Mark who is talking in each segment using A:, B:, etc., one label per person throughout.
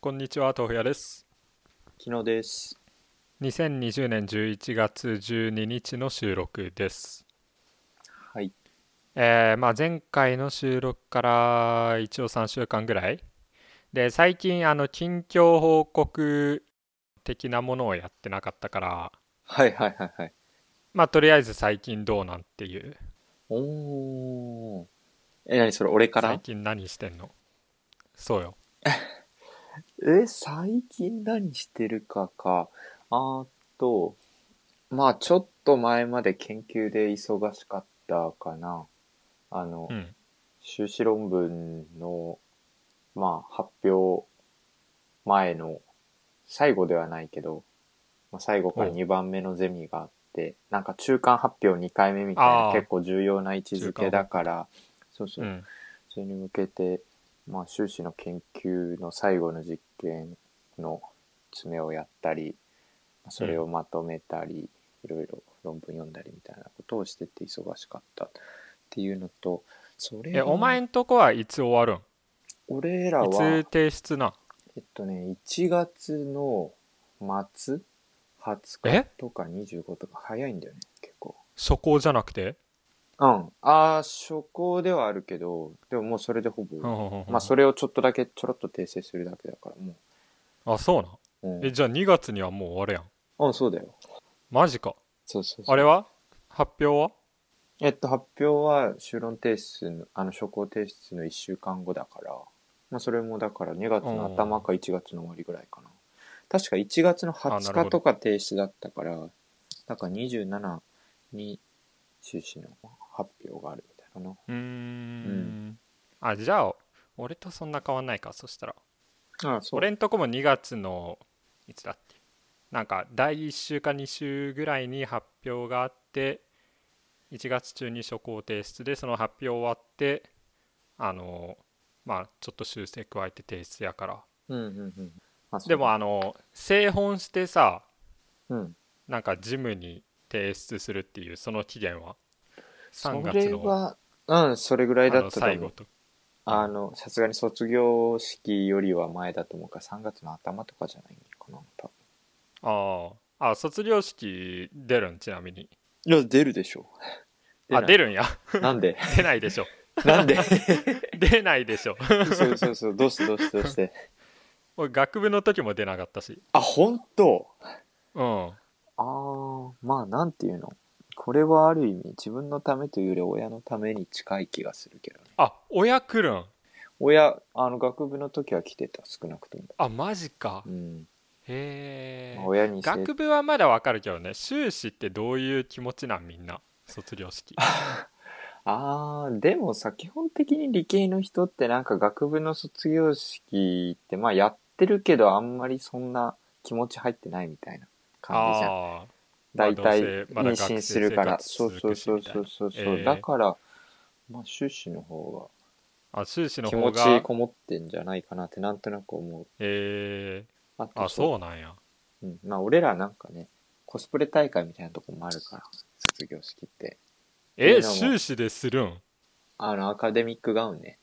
A: こんにちは豆腐屋です
B: 昨日です。
A: 2020年11月12日の収録です
B: はい。
A: えーまあ前回の収録から一応3週間ぐらいで最近あの近況報告的なものをやってなかったから
B: はいはいはいはい。
A: まあとりあえず最近どうなんっていう
B: おー。え、なにそれ、俺から
A: 最近何してんのそうよ
B: え、最近何してるかか。あーっと、まあちょっと前まで研究で忙しかったかな。あの、
A: うん
B: 修士論文の、まあ、発表前の最後ではないけど、まあ、最後から
A: お
B: 2番目のゼミがあって、なんか中間発表2回目みたい
A: あ
B: な
A: ー
B: 結構重要な位置づけだから、そうそうう、
A: ん
B: それに向けて、まあ、修士の研究の最後の実験の詰めをやったり、まあそれをまとめたり、いろいろ論文読んだりみたいなことをしてて忙しかったっていうのと、それ
A: え
B: は
A: お前んとこはいつ終わるん
B: 俺ら
A: いつ
B: は、
A: 提出なん
B: えっとね、1月の末、20
A: え
B: 日とか25とか早いんだよね、結構。
A: 初行じゃなくて
B: うん。ああ、初行ではあるけど、でももうそれでほぼ、まあそ
A: れ
B: れをちょっとだけちょろっと訂正するだけだから、も
A: あそうなん
B: う。うん、
A: えじゃあ2月にはもう終わるやん
B: うん、そうだよ。
A: マジか
B: そうそうそう
A: あれは発表は
B: えっと、発表は修論提出の、あの、初行提出の1週間後だから、まあそれもだから2月の頭か1月の終わりぐらいかな。確か1月の
A: あなるほ
B: 20
A: ど
B: 日とか提出だったから、だから27に修士の発表があるみたいなの。
A: うーん
B: ん
A: あじゃあ俺とそんな変わんないかそしたら
B: ああ、そ
A: 俺んとこも2月のいつだっけなんか第1週か2週ぐらいに発表があって1月中に初行提出でその発表終わってあのまあちょっと修正加えて提出やから
B: うんうんうん。あそう
A: でもあの製本してさ
B: うん。
A: なんかジムに提出するっていうその期限は
B: そ
A: 3月
B: れ
A: の
B: は、うん、それぐら
A: あ
B: いだっ
A: の
B: たと
A: 最後
B: 思う。
A: と
B: あの、さすがに卒業式よりは前だと思うから、3月の頭とかじゃないかな、多分。
A: あああ卒業式出るんちなみに
B: いや、出るでしょ。
A: あ出
B: る。
A: るんや
B: なんで
A: 出ないでしょ
B: なん で
A: 出ないでしょ
B: そうそうそう、どうしてどうしてどうして。
A: 俺学部の時も出なかったし
B: あ、本当
A: うん
B: あー、まあ、なんていうの。これはある意味、自分のためというより親のために近い気がするけどね。
A: あ親来るん
B: 親、あの、学部の時は来てた、少なくとも。
A: あマジか
B: うん。
A: へ
B: まあ
A: え
B: 親にせ
A: 学部はまだわかるけどね修士ってどういう気持ちなんみんな卒業 式
B: あー、でもさ、基本的に理系の人ってなんか学部の卒業式って、まあ、やってるけど、あんまりそんな気持ち入ってないみたいな感じじゃん。
A: ああ
B: 大体
A: まあどうせま
B: 妊
A: だ学生
B: 娠するから、
A: 生
B: そ
A: 活
B: う
A: 続
B: そ
A: く
B: う
A: し
B: そうそうそう、
A: えー
B: だから、まあ、修士の方
A: あ修士の
B: が気
A: 方
B: 持
A: が
B: ちこもってんじゃないかなってなんとなく思う
A: え
B: あ
A: ー、あ
B: と
A: そうなんや
B: う、うん、まあ俺らなんかねコスプレ大会みたいなとこもあるから卒業式ってってい
A: え
B: うのも
A: 修士でするん
B: あのアカデミックガウンね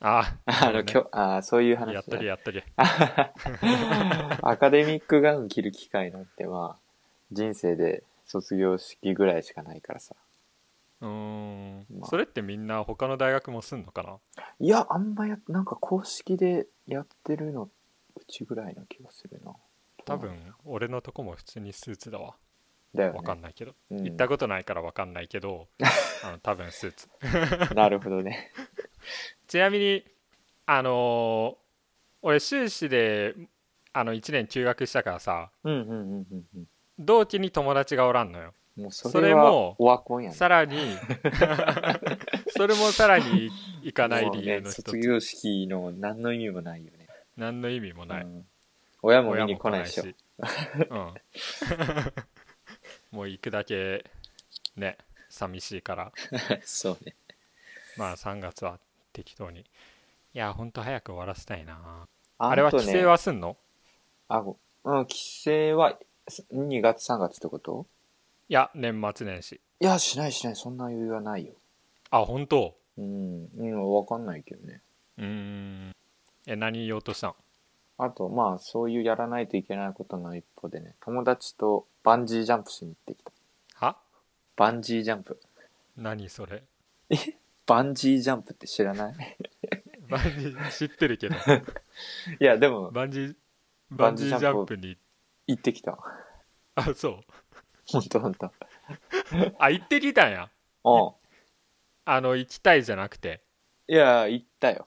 A: あ
B: あの、
A: ね
B: きょあーそういう話、ね、
A: やった りやったり
B: アカデミックガウン着る機会なんてまあ人生で卒業式ぐらいしかないからさ
A: うーん、
B: まあ
A: それってみんな他の大学もすんのかない
B: やあんまやなんか公式でやってるのうちぐらいな気がするな
A: 多分俺のとこも普通にスーツだわ
B: だよね
A: わかんないけど、
B: うん
A: 行ったことないからわかんないけ どあの多分スーツ
B: なるほ どね。
A: ちなみにあのー俺修士であの1年休学したからさ
B: うんうんうんうんう
A: 同期に友達がおらんのよ
B: ん。もうそ
A: そ
B: れ
A: れも
B: はオワコンやね。
A: さ らに それもさらに行かない理由
B: も
A: の
B: うね
A: 一つ、
B: 卒業式の何の意味もないよね。
A: 何の意味もない、
B: うん親も見
A: 親
B: に
A: も
B: 来
A: 来
B: な
A: ないい
B: で
A: し
B: しょ。
A: うん、 もう行くだけね寂しいから
B: そうね。
A: まあ3月は適当にいやほんと早く終わらせたいな
B: あ
A: あれは
B: と
A: 規
B: ね
A: 制はすんの
B: あごうん、帰省は2月3月ってこと
A: いや年末年始
B: いや、しないしない。そんな余裕はないよ。
A: あ本当
B: うん、うん、わかんないけどね。
A: うーんえ何言おうとしたん
B: あとまあそういうやらないといけないことの一方でね友達とバンジージャンプしに行ってきた
A: は
B: バンジージャンプ
A: 何それ
B: バンジージャンプって知らない
A: バンジー知ってるけ ど
B: いやでも
A: バンジーバンジージャンプに
B: 行ってきた
A: あそ
B: 本当本当
A: うあ行ってきたんや
B: うん
A: あの行きたいじゃなくて
B: いや行ったよ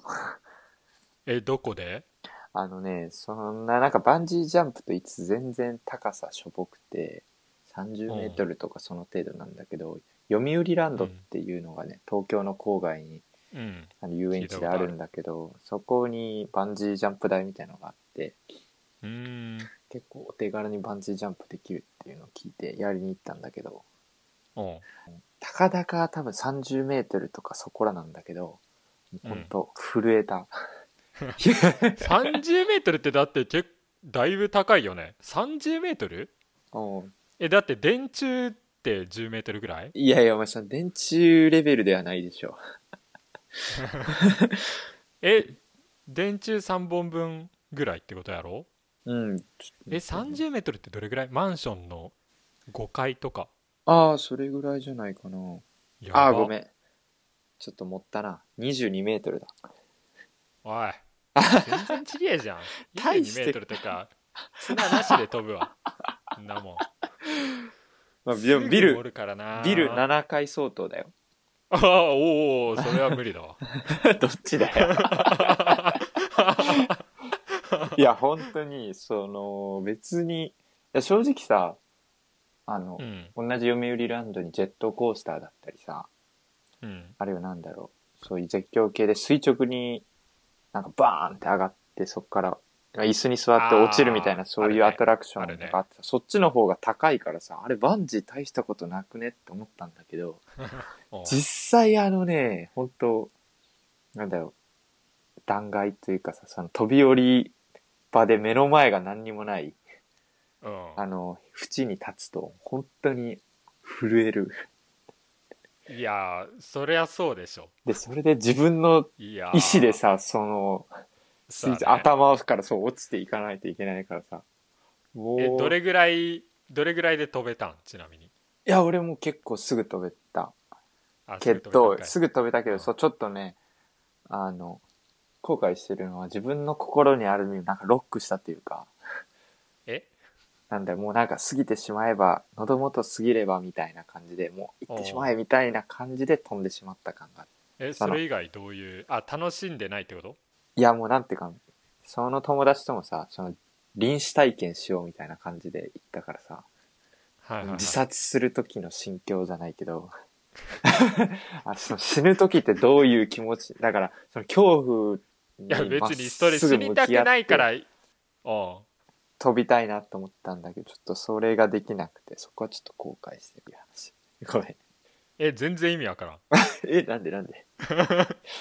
A: えどこで
B: あのねそんななんかバンジージャンプといつ全然高さしょぼくて30メートルとかその程度なんだけど、読売ランドっていうのがね東京の郊外に
A: うん
B: あの遊園地であるんだけどそこにバンジージャンプ台みたいのがあって
A: うーん
B: 結構お手軽にバンジージャンプできるっていうのを聞いてやりに行ったんだけど
A: おう
B: 高々多分30メートルとかそこらなんだけど
A: うん
B: 本当震えた、
A: 30メートルってだってけだいぶ高いよね30メートル
B: うん
A: えだって電柱って10メートルぐらい
B: いやいやお前その電柱レベルではないでしょ
A: え電柱3本分ぐらいってことやろ
B: うん
A: え30メートルってどれぐらいマンションの5階とか
B: ああそれぐらいじゃないかな
A: やば
B: ああごめんちょっと持ったな22メートルだ
A: お い全然ちげえじゃん
B: 大
A: 22
B: して
A: メートルとか綱なしで飛ぶわそんなもん
B: まあ ビ
A: すぐ
B: ビ
A: 折
B: ル
A: るからな
B: ビル7階相当だよ
A: ああおうおうそれは無理だわ
B: どっちだよ いや本当にその別にいや正直さあの
A: う、ん
B: 同じ読売ランドにジェットコースターだったりさ
A: うん
B: あるいは何だろうそういう絶叫系で垂直になんかバーンって上がってそこから椅子に座って落ちるみたい
A: あ
B: な
A: ー
B: そういう
A: ある
B: ア
A: ね
B: トラクションがあって
A: あるね
B: さ、そっちの方が高いからさあれバンジー大したことなくねって思ったんだけど
A: おう
B: 実際あのね本当なんだろう断崖というかさその飛び降り場で目の前が何にもない
A: うん
B: あの縁に立つと本当に震える
A: いやーそりゃそうでしょ
B: でそれで自分の
A: いやー
B: 意思でさその
A: そうだね
B: 頭からそう落ちていかないといけないからさもう
A: えどれぐらいどれぐらいで飛べたんちなみに
B: いや俺も結構すぐ飛べた
A: あ
B: け
A: すぐ飛べ
B: ど
A: たんかい
B: すぐ飛べたけ
A: う
B: ど
A: ん
B: そうちょっとねあの後悔してるのは自分の心にある意味なんかロックしたっていうか
A: え
B: なんだよもうなんか過ぎてしまえば喉元過ぎればみたいな感じでもう行ってしまえみたいな感じで飛んでしまった感があって
A: えそれ以外どういうあ楽しんでないってこと
B: いやもうなんていうかその友達ともさその臨死体験しようみたいな感じで行ったから
A: は
B: さ
A: いはい、はい、
B: 自殺する時の心境じゃないけど あその死ぬ時ってどういう気持ちだからその恐怖に
A: いや
B: まっ
A: 別にそれ
B: す
A: 死
B: ぐ
A: に
B: 向
A: たく
B: き合って
A: ないからお
B: 飛びたいなと思ったんだけどちょっとそれができなくてそこはちょっと後悔してる話ごめん
A: え全然意味わからん
B: えなんでなんで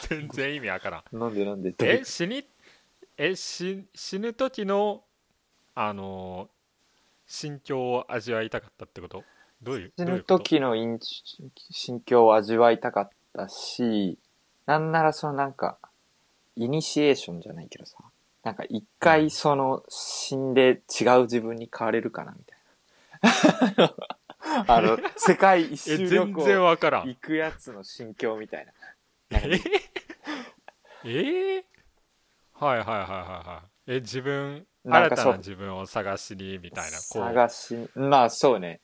A: 全然意味わからん
B: なんでなんでどう
A: え死にえ死死ぬ時のあのー心境を味わいたかったってことどういうど
B: 死
A: うい
B: ぬ
A: うこと
B: 時のイン心境を味わいたかったしなんならそのなんかイニシエーションじゃないけどさなんか一回その死んで違う自分に変われるかなみ たいなあの世界一
A: え
B: 周旅
A: 全
B: 行
A: 然わからん
B: 行くやつの心境みたいな
A: えーえーはいはいはいはいはいえ自分
B: なん
A: 新
B: か
A: た
B: そう
A: な自分を探しにみたいなこう
B: 探しまあそうね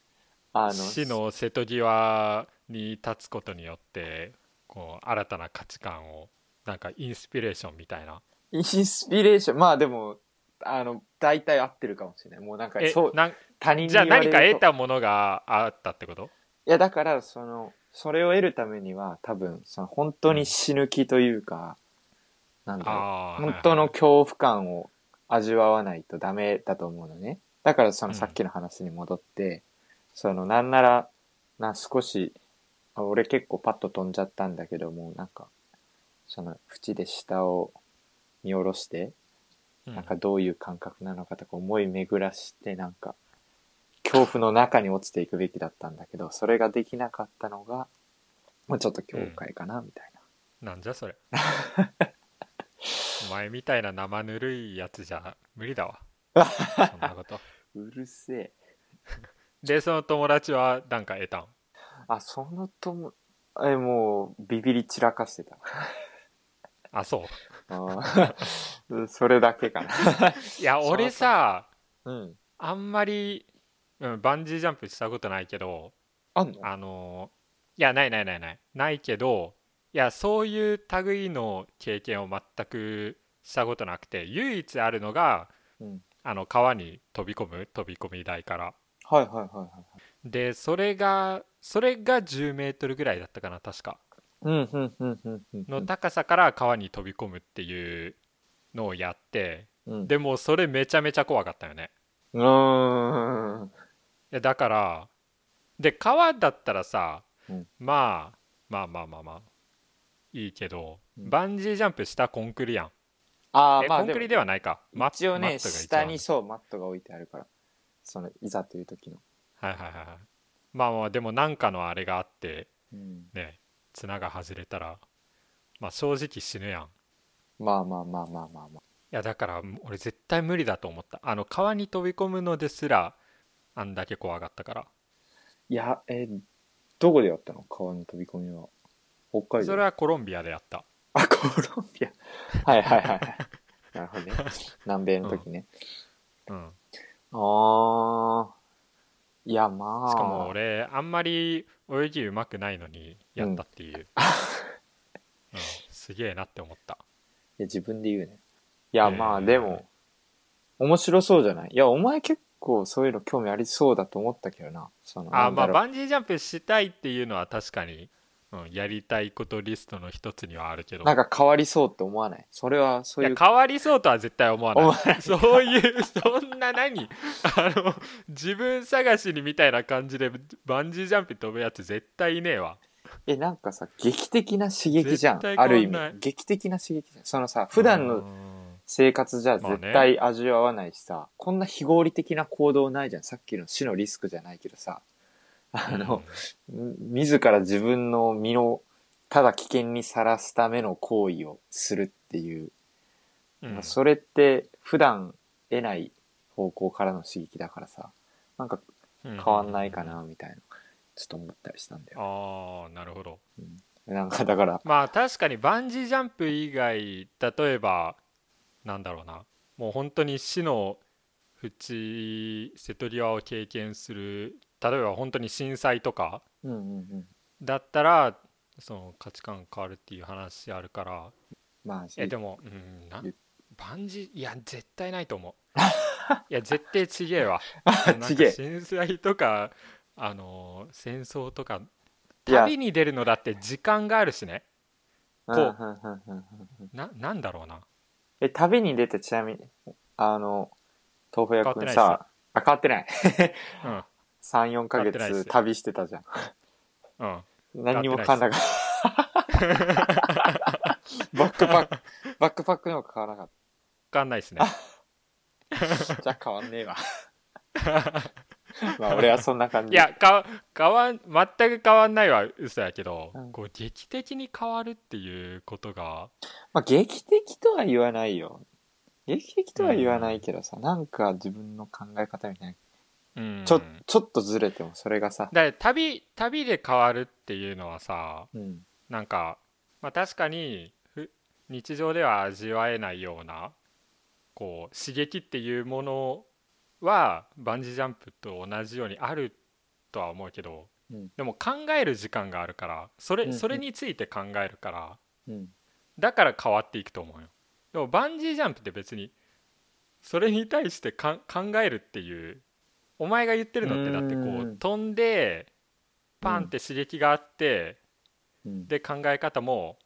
B: あの
A: 死の瀬戸際に立つことによってこう新たな価値観をなんかインスピレーションみたいな
B: インスピレーションまあでもあの大体合ってるかもしれないもうなんか
A: え
B: そう
A: なん
B: 他人に
A: じゃあ
B: 言わ
A: 何
B: れると
A: か得たものがあったってこと
B: いやだからそのそれを得るためには多分その本当に死ぬ気というか、なんだろ
A: あ
B: う
A: あ
B: 本当の恐怖感を味わわないとダメだと思うのねだからその
A: うん
B: さっきの話に戻って、そのなんならな少しあ俺結構パッと飛んじゃったんだけどもなんかその縁で下を見下ろしてなんかどういう感覚なのかとか思い巡らしてなんか恐怖の中に落ちていくべきだったんだけどそれができなかったのが もうちょっと境界かなみたい
A: なんじゃそれお前みたいな生ぬるいやつじゃ無理だ わそんなこと
B: うるせえ
A: でその友達はなんか得たん
B: あそのともえもうビビり散らかしてた
A: あそう
B: あ ーそれだけか
A: いや
B: そうそう
A: 俺さ
B: なうん
A: あんまり、うん、バンジージャンプしたことないけど
B: あんの
A: あのーいやないないないないないけどいやそういう類の経験を全くしたことなくて唯一あるのが
B: うん
A: あの川に飛び込む飛び込み台から
B: はいはいはいはい
A: でそれがそれが1 0ルぐらいだったかな確か
B: うんうんうんうんうん
A: の高さから川に飛び込むっていうのをやって
B: うん
A: でもそれめちゃめちゃ怖かったよね
B: うーん
A: いやだからで川だったらさ、
B: うん
A: まあ、まあまあまあまあいいけど、
B: うん
A: バンジージャンプしたコンクリやん
B: ああ
A: え
B: まあ
A: コンクリでは
B: な
A: ないかマ
B: 一応
A: マ
B: ね
A: ットが一
B: 下
A: 番
B: にそうマットが置いてあるからそのいざという時の
A: はいはいはいはいまあまあでもなんかのあれがあって
B: うん
A: ね綱が外れたらまあ正直死ぬやんい
B: まあまあまあまあまあまあ
A: やだからもう俺絶対無理だと思ったあの川に飛び込むのですらあんだけ怖かったから
B: いやえどこでやったの川の飛び込みは北海道
A: それはコロンビアでやった
B: あコロンビアはいはいはいはいなる ほどね南米の時ね、
A: うん
B: ああいやまあ
A: しかも俺あんまり泳ぎうまくないのにやったっていう、うんすげえなって思った
B: いや、自分で言うね。いや、
A: いやいやいや
B: まあ、でも、面白そうじゃないいや、お前結構そういうの興味ありそうだと思ったけどな。その、
A: あまあ
B: あ、
A: バンジージャンプしたいっていうのは確かに、うん、やりたいことリストの一つにはあるけど
B: なんか変わりそうって思わないそれは、そういう。
A: いや変わりそうとは絶対思わ
B: 思
A: な
B: わ
A: いそういうそんな何 あの自分探しにみたいな感じでバンジージャンプ飛ぶやつ絶対いねえわ
B: え、なんかさ、劇的な刺激じゃん。
A: 絶対
B: ある意
A: 変わんない
B: 味。劇的な刺激じゃん。そのさ、普段
A: う
B: の
A: ん
B: 生活じゃ
A: まあね
B: 絶対味わわないしさ、こんな非合理的な行動ないじゃん。さっきの死のリスクじゃないけどさ。あの、自ら自分の身のただ危険にさらすための行為をするっていう、
A: うんうん
B: それって普段得ない方向からの刺激だからさなんか
A: 変
B: 変わんないかなみたいな、ちょっと思ったりしたんだよ
A: ああなるほど
B: なんかだから
A: まあ確かにバンジージャンプ以外例えばなんだろうなもう本当に死の淵瀬戸際を経験する例えば本当に震災とか
B: うんうんうん
A: だったらその価値観変わるっていう話あるから
B: まあ
A: えでもうんな
B: え
A: バンジーいや絶対ないと思 ういや絶対ちげえわなんか
B: ちげえ
A: 震災とかあの戦争とか
B: いや
A: 旅に出るのだって時間があるしね
B: うんうんうんうんうん
A: ななんだろうな
B: え旅に出てちなみにあの豆腐屋く
A: 変
B: ん
A: わ
B: さあ変わってない
A: うん
B: 34ヶ
A: 変わってないっす
B: 月旅してたじゃん
A: うん
B: 何にも変わんなか った。バックパック、バックパックでも変わらなかっ
A: わかんないですね。
B: た。じゃあ変わん ねえわ。まあ俺はそんな感じ。
A: いや、か、変わん、全く変わんないは嘘やけど、
B: うん
A: こう劇的に変わるっていうことが。
B: まあ劇的とは言わないよ。劇的とは言わないけどさ、なんか自分の考え方みたいな。
A: うん。
B: ちょ、ちょっとずれてもそれがさ。
A: だから旅、旅で変わるっていうのはさ、
B: うん。
A: なんか、まあ、確かに。ふ日常では味わえないような。こう刺激っていうものはバンジージャンプと同じようにあるとは思うけど、
B: うん
A: でも考える時間があるからそれ,、
B: うんうん
A: それについて考えるから、
B: うん。
A: だから変わっていくと思うよでもバンジージャンプって別にそれに対してかん考えるっていうお前が言ってるのってだって
B: う
A: こ
B: ー
A: うん飛んでパンって刺激があって、
B: うん、
A: で考え方も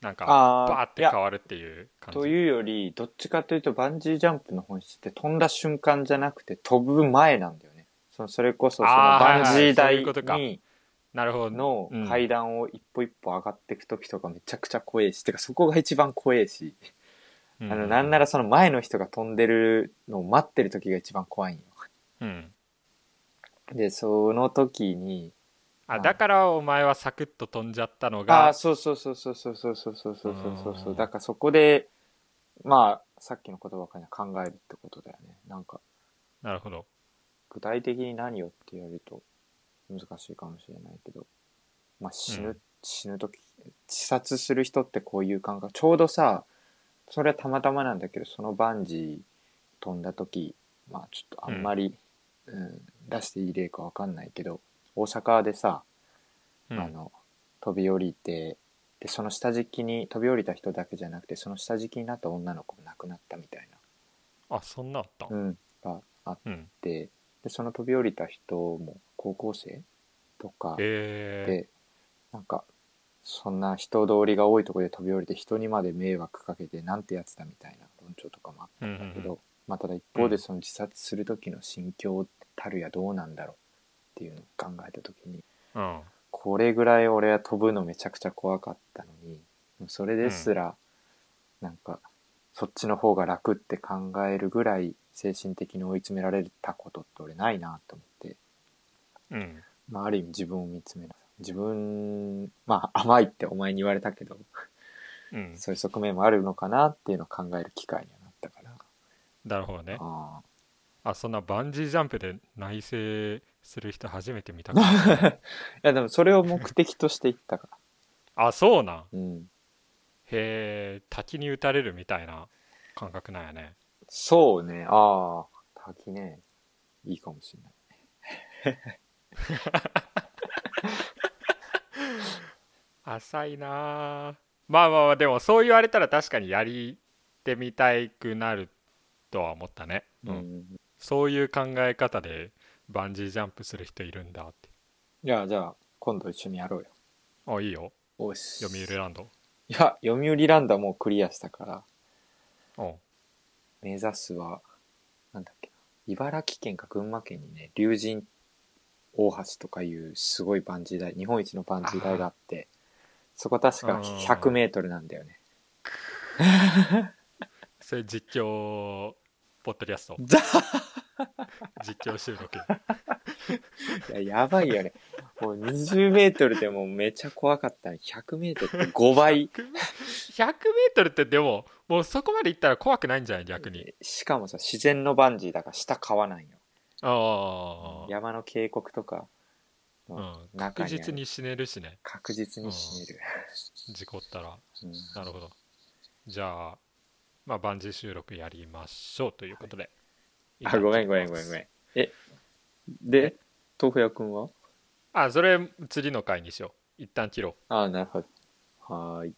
A: なんか
B: あー
A: バーって変わるっていう感じ
B: というより、どっちかというとバンジージャンプの本質って飛んだ瞬間じゃなくて飛ぶ前なんだよね。そのそれこそその
A: あーはいはい
B: バンジー
A: そう
B: 台
A: いうことか
B: に
A: なるほど
B: の
A: うん
B: 階段を一歩一歩上がっていく時とかめちゃくちゃ怖えし、てかそこが一番怖えし、あの、なん
A: ら、
B: ならその前の人が飛んでるのを待ってる時が一番怖いんよ。
A: うん
B: で、その時に、
A: あだからお前はサクッと飛んじゃったの
B: ああー、
A: が
B: そうそうそうそうそうそうそうそうそうそう
A: う
B: そう
A: ん
B: だからそこで、まあさっきの言葉から考えるってことだよねなんか
A: なるほど。
B: 具体的に何をって言われると難しいかもしれないけど、まあ、死ぬ、
A: うん
B: 死ぬ時自殺する人ってこういう感覚ちょうどさそれはたまたまなんだけどそのバンジー飛んだ時まあちょっとあんまり、うん出していい例かわかんないけど大阪でさ、
A: うん、
B: あの飛び降りてでその下敷きに飛び降りた人だけじゃなくてその下敷きになった女の子も亡くなったみたい
A: あそんなあった
B: な、。うん、があっ
A: うん。
B: ってでその飛び降りた人も高校生とかで、
A: え
B: なんかそんな人通りが多いところで飛び降りて人にまで迷惑かけてなんてやつだみたいな論調とかもあっ
A: ー。うん
B: たけ
A: うん
B: ど、
A: うん。
B: まあ、ただ一方でその自殺する時の心境たるやどうなんだろうっていうのを考えた時に
A: うん。
B: これぐらい俺は飛ぶのめちゃくちゃ怖かったのにそれですらなんかそっちの方が楽って考えるぐらい精神的に追い詰められたことって俺ないなと思って、
A: うん。
B: まあ、ある意味自分を見つめな自分まあ甘いってお前に言われたけど
A: うん。
B: そういう側面もあるのかなっていうのを考える機会にはなったから
A: なるほどね。
B: あ
A: あそんなバンジージャンプで内省する人初めて見たか も
B: あいやでもそれを目的としていったから、
A: あそうなん。
B: うん、
A: へえ滝に打たれるみたいな感覚なんやね。
B: そうねああ滝ねいいかもしれない
A: 浅いなあまあまあまあでもそう言われたら確かにやりてみたいくなるとは思ったね、うん
B: うん
A: そういう考え方でバンジージャンプする人いるんだって
B: いや、じゃあ、今度一緒にやろうよ。
A: あいいよ
B: おし。
A: 読売
B: い
A: ランド
B: や、読売ランドはもうクリアしたから、
A: うん
B: 目指すは、なんだっけな、茨城県か群馬県にね、竜神大橋とかいうすごいバンジー台、日本一のバンジー台があって、そこ確か
A: うん
B: 100メートルなんだよね。
A: それ実況ポッドキャ スト
B: ざ
A: 実況収録
B: いや、やばいよね。もう20メートルでもうめちゃ怖かった。100メートルって5倍。
A: 100m ってでももうそこまでいったら怖くないんじゃない逆に
B: しかもさ、自然のバンジーだから下買わないよ。
A: ああ、
B: 山の渓谷とか
A: う
B: の
A: ん、確
B: 中にある
A: 実に死ねるしね
B: 確実に死ねる。
A: 事故ったら
B: うん
A: なるほど。じゃあ、まあ、バンジー収録やりましょうということで。
B: あ、ごめんごめんごめんごめ
A: ん。
B: ん。え、で、豆腐屋くんは
A: あ、それ、次の回にしよう。一旦切ろう。
B: あ、なるほど。はーい。